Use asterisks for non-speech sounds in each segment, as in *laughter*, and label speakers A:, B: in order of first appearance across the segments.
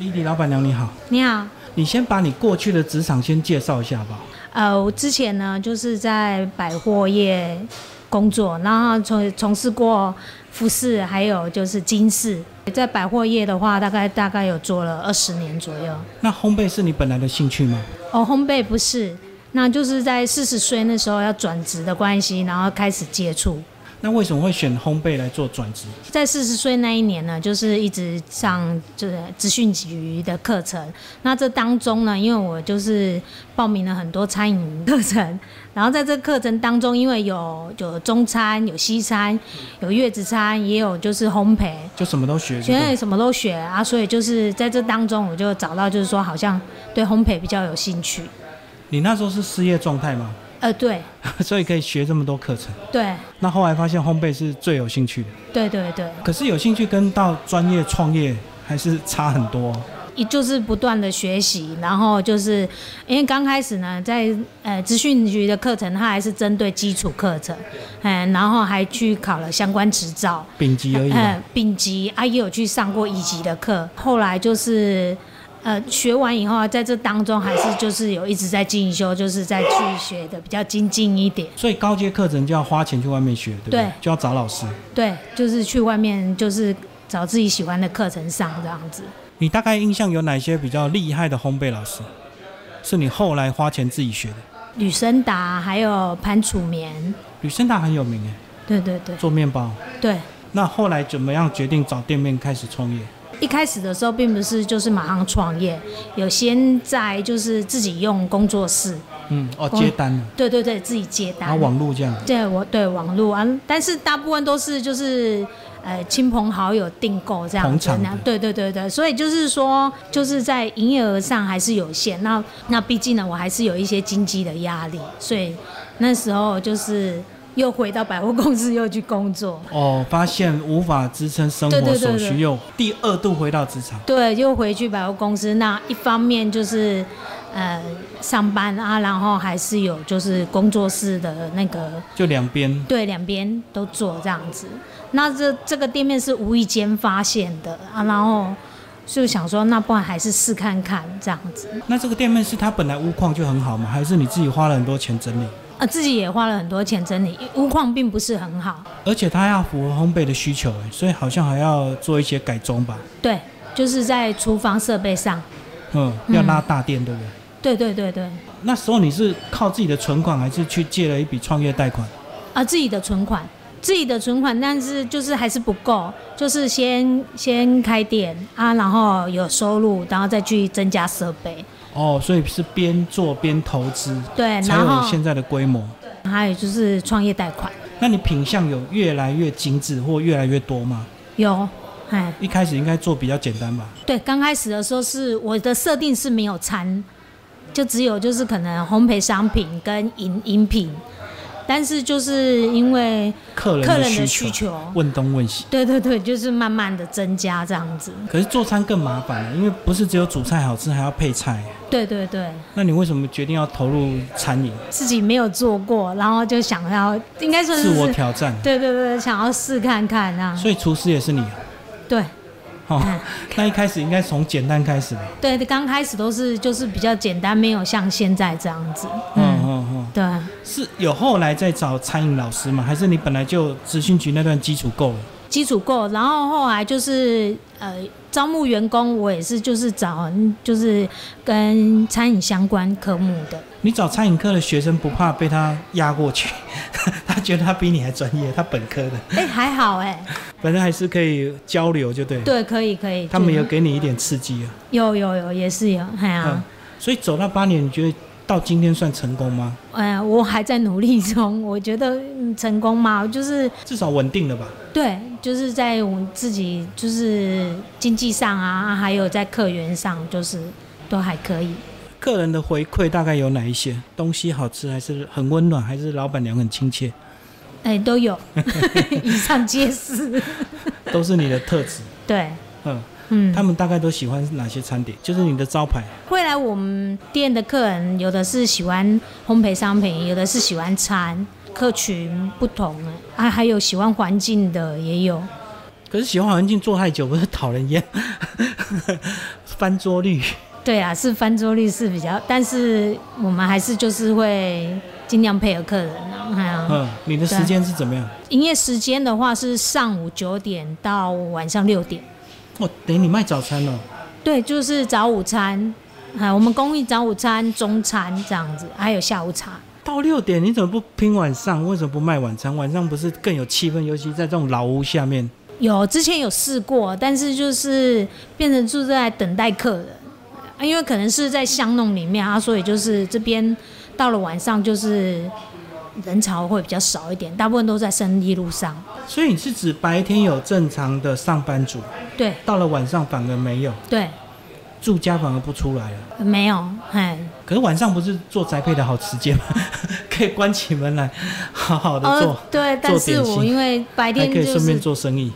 A: Lily 老板娘你好，
B: 你好，
A: 你先把你过去的职场先介绍一下吧。
B: 呃，我之前呢就是在百货业工作，然后从从事过服饰，还有就是金饰。在百货业的话，大概大概有做了二十年左右。
A: 那烘焙是你本来的兴趣吗？
B: 哦，烘焙不是，那就是在四十岁那时候要转职的关系，然后开始接触。
A: 那为什么会选烘焙来做转职？
B: 在四十岁那一年呢，就是一直上就是资讯局的课程。那这当中呢，因为我就是报名了很多餐饮课程，然后在这课程当中，因为有有中餐、有西餐、有月子餐，也有就是烘焙，
A: 就什么都学？
B: 学
A: 对
B: 什么都学啊。所以就是在这当中，我就找到就是说，好像对烘焙比较有兴趣。
A: 你那时候是失业状态吗？ *laughs*
B: 呃，对
A: 所以可以学这么多课程。
B: 对
A: 那后来发现烘焙是最有兴趣的，
B: 对对对，
A: 可是有兴趣跟到专业创业还是差很多哦、
B: 也就是不断的学习，然后就是因为刚开始呢，在呃资讯局的课程，它还是针对基础课程，嗯，然后还去考了相关执照，
A: 丙级而已嘛。
B: 嗯，丙级啊也有去上过乙级的课，后来就是。呃，学完以后啊，在这当中还是就是有一直在进修，就是在去学的比较精进一点。
A: 所以高阶课程就要花钱去外面学，对不对？
B: 对
A: 就要找老师。
B: 对，就是去外面就是找自己喜欢的课程上这样子。
A: 你大概印象有哪些比较厉害的烘焙老师？是你后来花钱自己学的？
B: 吕森达还有潘楚棉，
A: 吕森达很有名诶，
B: 对对对
A: 做面包。
B: 对。
A: 那后来怎么样决定找店面开始创业？
B: 一开始的时候并不是就是马上创业，有先在就是自己用工作室，
A: 嗯，哦，接单了，
B: 对对对，自己接
A: 然后啊
B: 单。
A: 网络这样。
B: 对我对网络啊，但是大部分都是就是呃亲朋好友订购这样
A: 捧
B: 子
A: 场的，
B: 那对对对对，所以就是说就是在营业额上还是有限。那那毕竟呢，我还是有一些经济的压力，所以那时候就是又回到百货公司又去工作。
A: 哦，发现无法支撑生
B: 对
A: 活
B: 对对
A: 所
B: 对
A: 需，又第二度回到职场。
B: 对，就回去百货公司。那一方面就是，呃，上班啊，然后还是有就是工作室的那个，
A: 就两边
B: 对，两边都做这样子。那这这个店面是无意间发现的啊，然后就想说，那不然还是试看看这样子。
A: 那这个店面是它本来屋况就很好吗？还是你自己花了很多钱整理？
B: 啊，自己也花了很多钱整理，屋况并不是很好。
A: 而且它要符合烘焙的需求，哎，所以好像还要做一些改装吧。
B: 对，就是在厨房设备上。
A: 嗯，要拉大店，对不对？
B: 对对对对，
A: 那时候你是靠自己的存款，还是去借了一笔创业贷款？
B: 啊，自己的存款，自己的存款，但是就是还是不够，就是先先开店啊，然后有收入，然后再去增加设备，
A: 哦，所以是边做边投资，
B: 对，
A: 才
B: 然
A: 有
B: 后
A: 现在的规模。
B: 还有就是创业贷款
A: 那你品相有越来越精致或越来越多吗？
B: 有，哎，
A: 一开始应该做比较简单吧？
B: 对，刚开始的时候是我的设定是没有餐，就只有就是可能烘焙商品跟饮饮品，但是就是因为
A: 客人
B: 客
A: 的
B: 人
A: 需
B: 的
A: 求，
B: 需求。
A: 问东问西。
B: 对对对，就是慢慢的增加这样子。
A: 可是做餐更麻烦啊了，因为不是只有主菜好吃，还要配菜。啊
B: 对对对，
A: 那你为什么决定要投入餐饮？
B: 自己没有做过，然后就想要，应该算是
A: 自我挑战。
B: 对对对，想要试看看啊。
A: 所以厨师也是你啊，
B: 对嗯
A: 哦， *laughs* 那一开始应该从简单开始吧。
B: 对，刚开始都是就是比较简单，没有像现在这样子。
A: 嗯
B: 嗯，
A: 嗯嗯，
B: 对，
A: 是有后来再找餐饮老师吗？还是你本来就资讯局那段基础够了？
B: 基础够，然后后来就是呃，招募员工，我也是就是找就是跟餐饮相关科目
A: *laughs*
B: 的。
A: 你找餐饮科的学生不怕被他压过去， *laughs* 他觉得他比你还专业，他本科的，
B: 哎，还好哎，
A: 反正还是可以交流，就对。，
B: 对，可以可以。
A: 他们有给你一点刺激啊。
B: 有有有也是有，哎呀、
A: 嗯，所以走到八年，你觉得到今天算成功吗？
B: 哎、我还在努力中，我觉得、嗯成功嘛，就是
A: 至少稳定了吧？
B: 对，就是在我们自己就是经济上啊，还有在客源上，就是都还可以。
A: 客人的回馈大概有哪一些？东西好吃，还是很温暖，还是老板娘很亲切，
B: 哎、
A: *laughs*
B: 都有，以上皆是。
A: 都是你的特质。
B: 对，
A: 嗯，
B: 嗯，
A: 他们大概都喜欢哪些餐点？就是你的招牌。
B: 会来我们店的客人，有的是喜欢烘焙商品，有的是喜欢餐，客群不同啊，还有喜欢环境的也有。
A: 可是喜欢环境做太久，不是讨人厌， *laughs* 翻桌率。
B: 对啊，是翻桌率是比较，但是我们还是就是会尽量配合客人啊。哎呀
A: 嗯，你的时间是怎么样？
B: 营业时间的话是上午九点到晚上六点，
A: 哦，等于你卖早餐了。
B: 对，就是早午餐，啊，我们公益早午餐、中餐这样子，哎还有下午茶。
A: 到六点你怎么不拼晚上？为什么不卖晚餐？晚上不是更有气氛？尤其在这种老屋下面，
B: 有之前有试过，但是就是变成住在等待客人，啊因为可能是在巷弄里面啊，所以就是这边到了晚上就是人潮会比较少一点，大部分都在生意路上。
A: 所以你是指白天有正常的上班族，
B: 对
A: 到了晚上反而没有，
B: 对，
A: 住家反而不出来了。
B: 没有，哎，
A: 可是晚上不是做宅配的好时间吗？ *laughs* 可以关起门来，好好的做，，
B: 对，但是
A: 点
B: 我
A: 心
B: 因为白
A: 还
B: 天
A: 可以
B: 呃就
A: 顺便
B: 是
A: 做生意。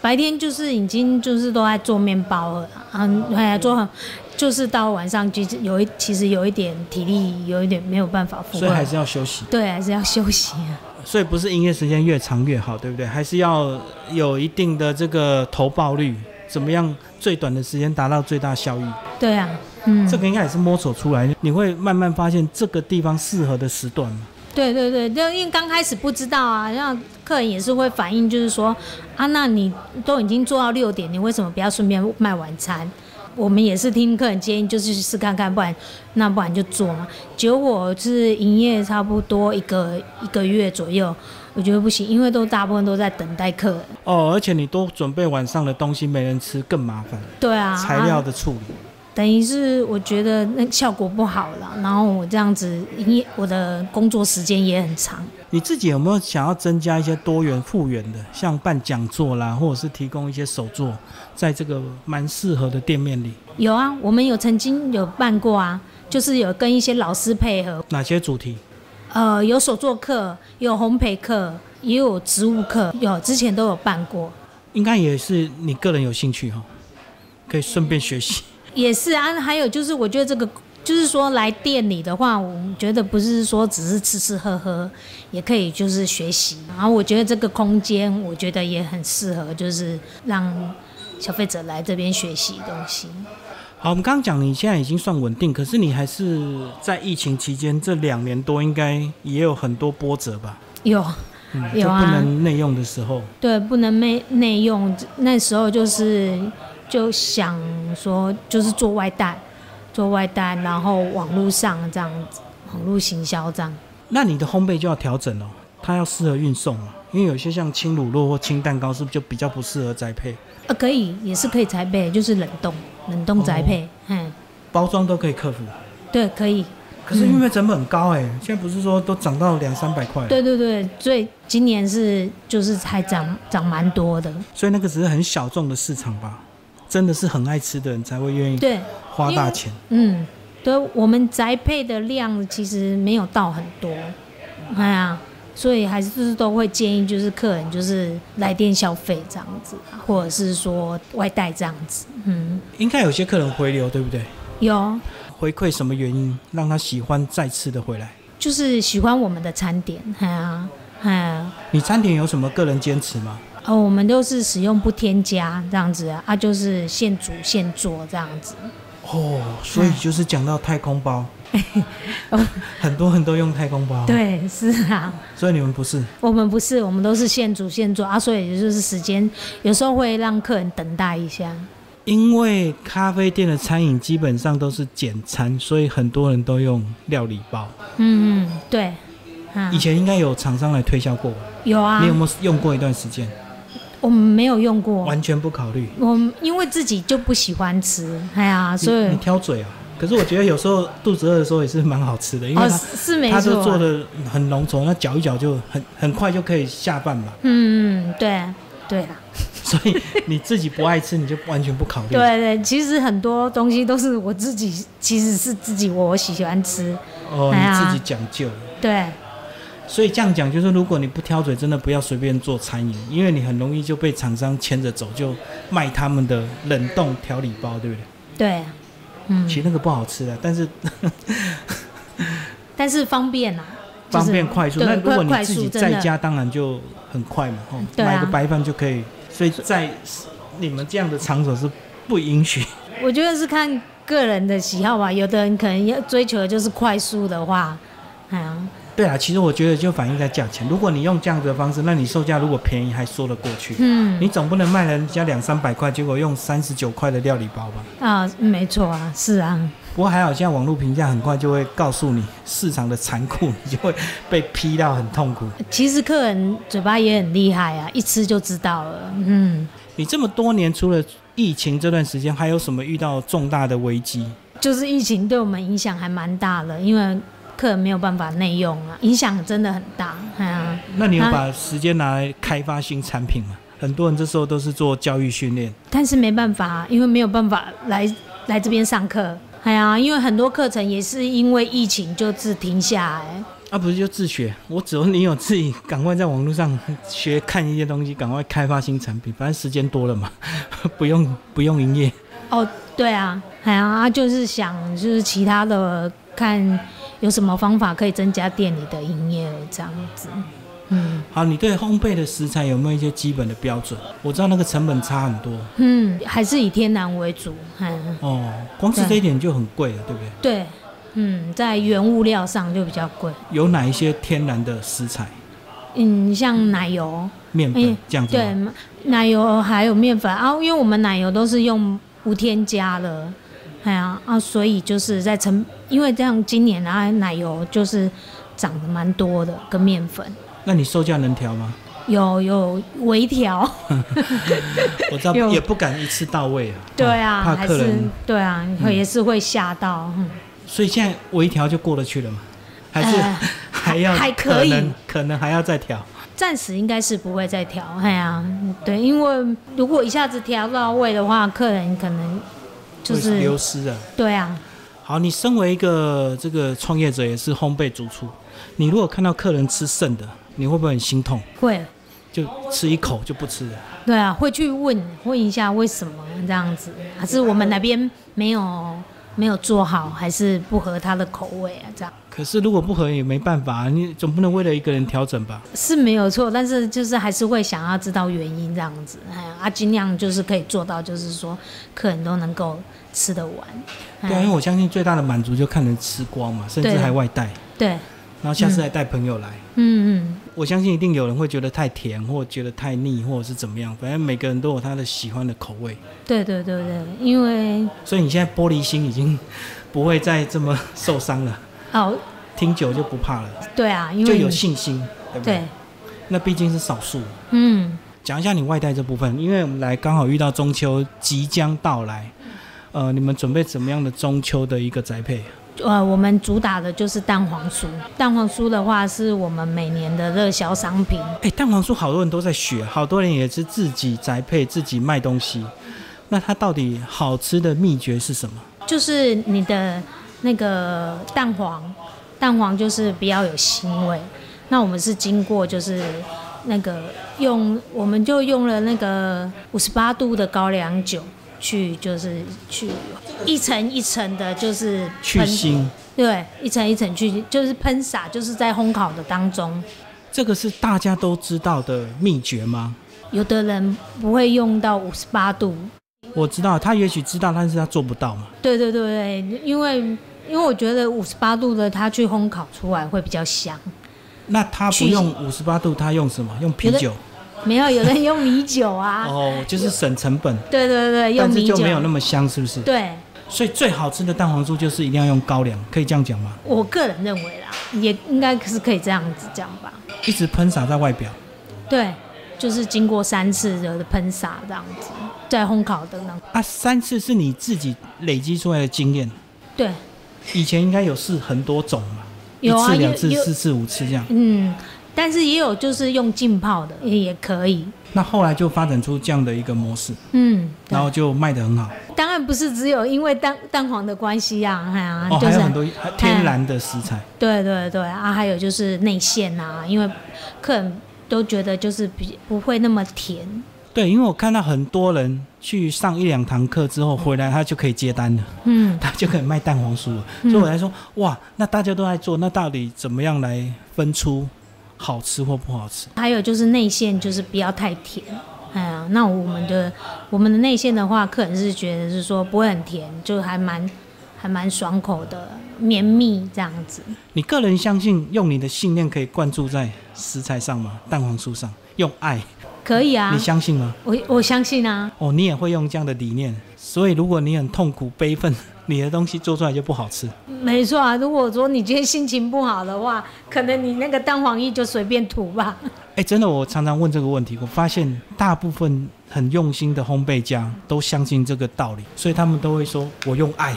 B: 白天就是已经就是都在做面包了，嗯，
A: 哦
B: 哎，做很，就是到晚上其实有一其实有一点体力有一点没有办法负
A: 所以还
B: 荷，
A: 是要休息，
B: 对，还是要休息啊。
A: 所以不是营业时间越长越好，对不对？还是要有一定的这个投报率，怎么样最短的时间达到最大效益？
B: 对啊，嗯，
A: 这个应该也是摸索出来，你会慢慢发现这个地方适合的时段嘛。
B: 对对对，就因为刚开始不知道啊，让客人也是会反映，就是说啊，那你都已经做到六点，你为什么不要顺便卖晚餐？我们也是听客人建议，就是去试看看，不然那不然就做嘛。结果是营业差不多一个一个月左右，我觉得不行，因为都大部分都在等待客人。
A: 哦，而且你多准备晚上的东西没人吃更麻烦，
B: 对啊，
A: 材料
B: 啊
A: 的处理。
B: 等于是我觉得那效果不好了，然后我这样子营业我的工作时间也很长。
A: 你自己有没有想要增加一些多元复原的，像办讲座啦，或者是提供一些手作，在这个蛮适合的店面里，
B: 有啊，我们有曾经有办过啊，就是有跟一些老师配合，
A: 哪些主题？
B: 呃，有手作课，有烘焙课，也有植物课，有之前都有办过。
A: 应该也是你个人有兴趣哈、可以顺便学习。
B: 也是啊，还有就是我觉得这个。就是说，来店里的话，我们觉得不是说只是吃吃喝喝，也可以就是学习。然后我觉得这个空间，我觉得也很适合，就是让消费者来这边学习东西。
A: 好，我们刚刚讲你现在已经算稳定，可是你还是
B: 嗯
A: 在疫情期间这两年多，应该也有很多波折吧？
B: 有，
A: 嗯，
B: 有啊
A: 就不能内用的时候，
B: 对，不能内内用。那时候就是就想说，就是做外带，做外带，然后网络上这样子，网络行销这样。
A: 那你的烘焙就要调整哦，它要适合运送嘛，因为有些像轻乳酪或轻蛋糕，是不是就比较不适合栽培？
B: 呃，可以，也是可以宅配，就是冷冻，冷冻宅配。嗯，
A: 包装都可以克服。
B: 对，可以。
A: 可是运费成本很高哎、现在不是说都涨到两三百块，
B: 对对对，所以今年是就是还涨涨蛮多的。
A: 所以那个只是很小众的市场吧，真的是很爱吃的人才会愿意
B: 对，
A: 花大钱。
B: 嗯，对，我们宅配的量其实没有到很多，哎呀，所以还是就是都会建议就是客人就是来店消费这样子，或者是说外带这样子，嗯，
A: 应该有些客人回流，对不对？
B: 有
A: 回馈什么原因让他喜欢再次的回来？
B: 就是喜欢我们的餐点，哎呀，哎呀。
A: 你餐点有什么个人坚持吗？
B: 哦，我们都是使用不添加这样子啊，啊就是现煮现做这样子。
A: 哦，所以就是讲到太空
B: *laughs*
A: 包，
B: 哦
A: 很多人都用太空包，，
B: 对，是啊，
A: 所以你们不是
B: 我们不是，我们都是现煮现做啊，所以就是时间有时候会让客人等待一下。
A: 因为咖啡店的餐饮基本上都是简餐，所以很多人都用料理包。
B: 嗯，嗯，对，啊
A: 以，前应该有厂商来推销过吧？
B: 有啊
A: 你，有没有用过一段时间？
B: 我们没有用过，
A: 完全不考虑，
B: 我们因为自己就不喜欢吃，哎呀，
A: 你
B: 所以
A: 你挑嘴啊。可是我觉得有时候肚子饿的时候也是蛮好吃的，因为
B: 哦
A: 它、
B: 是是没
A: 它
B: 错
A: 就做
B: 啊，
A: 的很浓稠，那搅一搅就很很快就可以下饭嘛。
B: 嗯，嗯对对啦，
A: 所以你自己不爱吃，你就完全不考虑。
B: 对，对，其实很多东西都是我自己，其实是自己我喜欢吃，
A: 哦，
B: 哎呀
A: 你自己讲究。
B: 对
A: 所以这样讲就是，如果你不挑嘴，真的不要随便做餐饮，因为你很容易就被厂商牵着走，就卖他们的冷冻调理包，对不对？
B: 对，嗯
A: 其，实那个不好吃的，但是
B: 但是方便啊啦，就是
A: 方便快速。
B: 对
A: 那如果你
B: 快
A: 自己
B: 速真
A: 在
B: 的
A: 家，当然就很快嘛，哦，
B: 对啊
A: 买个白饭就可以所以在你们这样的场所是不允
B: *laughs*
A: 许。
B: 我觉得是看个人的喜好吧，啊有的人可能要追求的就是快速的话，哎呀、
A: 对啊，其实我觉得就反映在价钱。如果你用这样子的方式，那你售价如果便宜还说得过去。
B: 嗯
A: 你总不能卖人家两三百块，结果用三十九块的料理包吧？
B: 啊，没错啊，是啊，
A: 不过还好，现在网络评价很快就会告诉你市场的残酷，你就会被批到很痛 *laughs* 苦。
B: 其实客人嘴巴也很厉害啊，一吃就知道了，嗯。
A: 你这么多年，除了疫情这段时间，还有什么遇到重大的危机？
B: 就是疫情对我们影响还蛮大的，因为客人没有办法内用啊，影响真的很大。哎呀，
A: 那你有
B: 那
A: 把时间拿来开发新产品吗？很多人这时候都是做教育训练，
B: 但是没办法啊，因为没有办法来来这边上课。哎呀，因为很多课程也是因为疫情就自停下来。
A: 啊，不是就自学？我只要你有自己，赶快在网络上学看一些东西，赶快开发新产品，反正时间多了嘛， *laughs* 不用不用营业。
B: 哦，对啊，哎呀，啊就是想就是其他的看有什么方法可以增加店里的营业额这样子。嗯
A: 好，你对烘焙的食材有没有一些基本的标准？我知道那个成本差很多
B: 嗯，还是以天然为主。嗯，
A: 哦，光是
B: 对
A: 这一点就很贵了，对不对？
B: 对，嗯，在原物料上就比较贵。
A: 有哪一些天然的食材？
B: 嗯，像奶油，
A: 面粉
B: 嗯
A: 这样子
B: 对
A: 吗？，
B: 奶油还有面粉啊，因为我们奶油都是用无添加的，哎呀啊，所以就是在成，因为这样今年啊奶油就是涨得蛮多的，跟面粉
A: 那你售价能调吗？
B: 有有微
A: 哦
B: 调，
A: 我知道
B: *laughs* 有
A: 也不敢一次到位啊，
B: 对啊，
A: 怕
B: 还
A: 客
B: 是
A: 人，嗯
B: 对啊，也是会吓到，嗯，
A: 所以现在微调就过得去了嘛，还是
B: 呃
A: 还要
B: 还可以
A: 能可能还要再调。
B: 暂时应该是不会再调，哎呀、对，因为如果一下子调到位的话，客人可能就
A: 会
B: 是
A: 流失啊。
B: 对啊，
A: 好，你身为一个这个创业者，也是烘焙主厨，你如果看到客人吃剩的，你会不会很心痛？
B: 会。
A: 就吃一口就不吃了？
B: 对啊，会去问问一下为什么这样子，还是我们哪边没有没有做好，还是不合他的口味啊？这样
A: 可是如果不合也没办法啊，你总不能为了一个人调整吧？
B: 是没有错，但是就是还是会想要知道原因这样子，哎呀，啊，尽量就是可以做到，就是说客人都能够吃得完。哎
A: 对啊，因为我相信最大的满足就看人吃光嘛，甚至
B: 对
A: 还外带，
B: 对，
A: 然后下次还带朋友来。
B: 嗯
A: 我相信一定有人会觉得太甜，或觉得太腻，或者是怎么样，反正每个人都有他的喜欢的口味。
B: 嗯，对对对对，因为
A: 所以你现在玻璃心已经不会再这么受伤了，
B: 哦，
A: 听久就不怕了，
B: 对啊，因
A: 就
B: 为
A: 有
B: 你
A: 信心，对不对？
B: 对，
A: 那毕竟是少数。
B: 嗯
A: 讲一下你外带这部分，因为我们来刚好遇到中秋即将到来，呃，你们准备怎么样的中秋的一个宅配？
B: 呃，我们主打的就是蛋黄酥，蛋黄酥的话是我们每年的热销商品。
A: 哎，蛋黄酥好多人都在学，好多人也是自己宅配、自己卖东西。那它到底好吃的秘诀是什么？
B: 就是你的那个蛋黄，蛋黄就是比较有腥味。那我们是经过就是那个用，我们就用了那个五十八度的高粱酒去，就是去一层一层的，就是
A: 去
B: 喷
A: 腥。
B: 对，一层一层去，就是喷洒，就是在烘烤的当中。
A: 这个是大家都知道的秘诀吗？
B: 有的人不会用到五十八度，
A: 我知道，他也许知道，但是他做不到嘛。
B: 对对对对，因为因为我觉得五十八度的它去烘烤出来会比较香。
A: 那他不
B: 去腥
A: 用五十八度，他用什么？用啤酒
B: 没有，有人用米酒啊，
A: 哦，就是省成本，
B: 对对对，用
A: 但是
B: 米
A: 就
B: 酒。
A: 没有那么香，是不是？
B: 对，
A: 所以最好吃的蛋黄酥就是一定要用高粱，可以这样讲吗？
B: 我个人认为啦，也应该是可以这样子讲吧。
A: 一直喷洒在外表，
B: 对，就是经过三次的喷洒这样子，在烘烤灯上。
A: 啊，三次是你自己累积出来的经验，
B: 对，
A: 以前应该有试很多种嘛，
B: 有啊
A: 一次、两次、
B: 有有
A: 四次、五次这样。
B: 嗯，但是也有就是用浸泡的也也可以。
A: 那后来就发展出这样的一个模式，
B: 嗯，对
A: 然后就卖得很好。
B: 当然不是只有因为蛋蛋黄的关系啊，哎呀、
A: 哦，
B: 就
A: 还
B: 是
A: 有很多还天然的食材。
B: 对对对啊，还有就是内馅啊，因为客人都觉得就是比不会那么甜，
A: 对，因为我看到很多人去上一两堂课之后回来，他就可以接单了，
B: 嗯。
A: 他就可以卖蛋黄酥了。所
B: 嗯
A: 以我才说，哇，那大家都在做，那到底怎么样来分出好吃或不好吃？
B: 还有就是内馅就是不要太甜，哎呀，那我们的我们的内馅的话，客人是觉得是说不会很甜，就还蛮还蛮爽口的，绵密这样子。
A: 你个人相信用你的信念可以灌注在食材上吗？蛋黄酥上，用爱，
B: 可以啊
A: 你，相信吗？
B: 我我相信啊，
A: 哦，你也会用这样的理念，所以如果你很痛苦悲愤， *laughs* 你的东西做出来就不好吃。
B: 没错啊。如果说你今天心情不好的话，可能你那个蛋黄液就随便涂吧。
A: 哎，真的，我常常问这个问题，我发现大部分很用心的烘焙家都相信这个道理，所以他们都会说我用
B: *laughs*
A: 爱，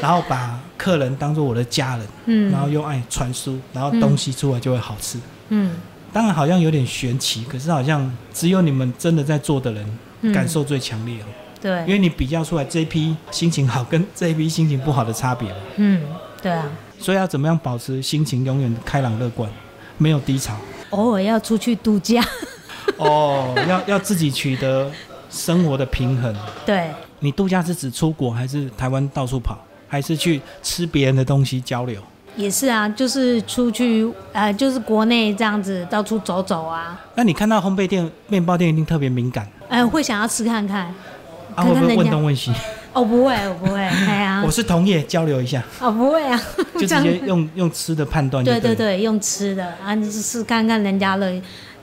A: 然后把客人当做我的家人，然后
B: 嗯
A: 用爱传输，然后东西出来就会好吃。
B: 嗯
A: 当然好像有点玄奇，可是好像只有你们真的在做的人
B: 嗯，
A: 感受最强烈哦，因
B: 对，
A: 为你比较出来这一批心情好跟这一批心情不好的差别了。
B: 嗯对啊，
A: 所以要怎么样保持心情永远开朗乐观，没有低潮？
B: 偶尔要出去度假，
A: 哦， *laughs* 要要自己取得生活的平衡。
B: 对。
A: 你度假是指出国，还是台湾到处跑，还是去吃别人的东西交流？
B: 也是啊，就是出去，呃，就是国内这样子到处走走啊，
A: 那你看到烘焙店、面包店一定特别敏感
B: 呃，会想要吃看看。
A: 啊，
B: 看看
A: 会不会
B: 人家
A: 问东问西？
B: 哦，不会，我
A: *laughs*
B: 不会，哎呀
A: 我，是同业，交流一下，
B: 哦，不会啊，
A: 就直接
B: *laughs*
A: 用用吃的判断就
B: 对
A: 哦对
B: 对
A: 了。
B: 对，用吃的啊，你就是看看人家的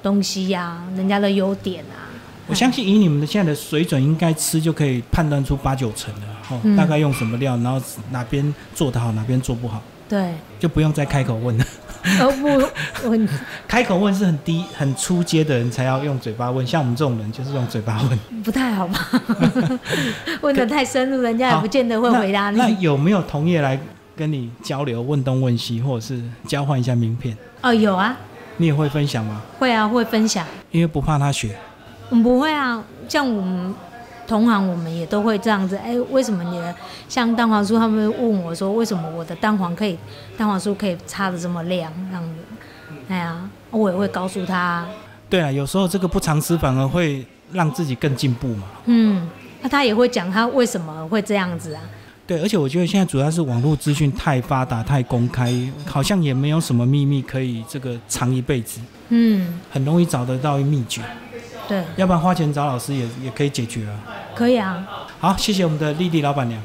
B: 东西呀、人家的优点啊，
A: 我相信以你们的现在的水准，应该吃就可以判断出八九成了。哦，
B: 嗯
A: 大概用什么料，然后哪边做得好，哪边做不好，
B: 对，
A: 就不用再开口问了。
B: 呃，我我
A: 开口问是很低、很出街的人才要用嘴巴问，像我们这种人就是用嘴巴问。
B: 不太好
A: *laughs*
B: 吧？问的太深入，人家也不见得 *laughs* 会回答
A: 那。
B: 你。
A: 那有没有同业来跟你交流，问东问西，或者是交换一下名片？
B: 哦，有啊，
A: 你也会分享吗？
B: 会啊，会分享。
A: 因为不怕他学，
B: 我们不会啊，像我们同行，我们也都会这样子。哎，为什么你的像蛋黄酥，他们会问我说，为什么我的蛋黄可以蛋黄酥可以擦的这么亮这样子？哎呀，我也会告诉他啊，
A: 对啊，有时候这个不尝试反而会让自己更进步嘛。
B: 嗯，那他也会讲他为什么会这样子啊？
A: 对，而且我觉得现在主要是网络资讯太发达、太公开，好像也没有什么秘密可以这个藏一辈子，
B: 嗯，
A: 很容易找得到秘诀。
B: 对，
A: 要不然花钱找老师也也可以解决啊。
B: 可以啊，
A: 好，谢谢我们的丽丽老板娘。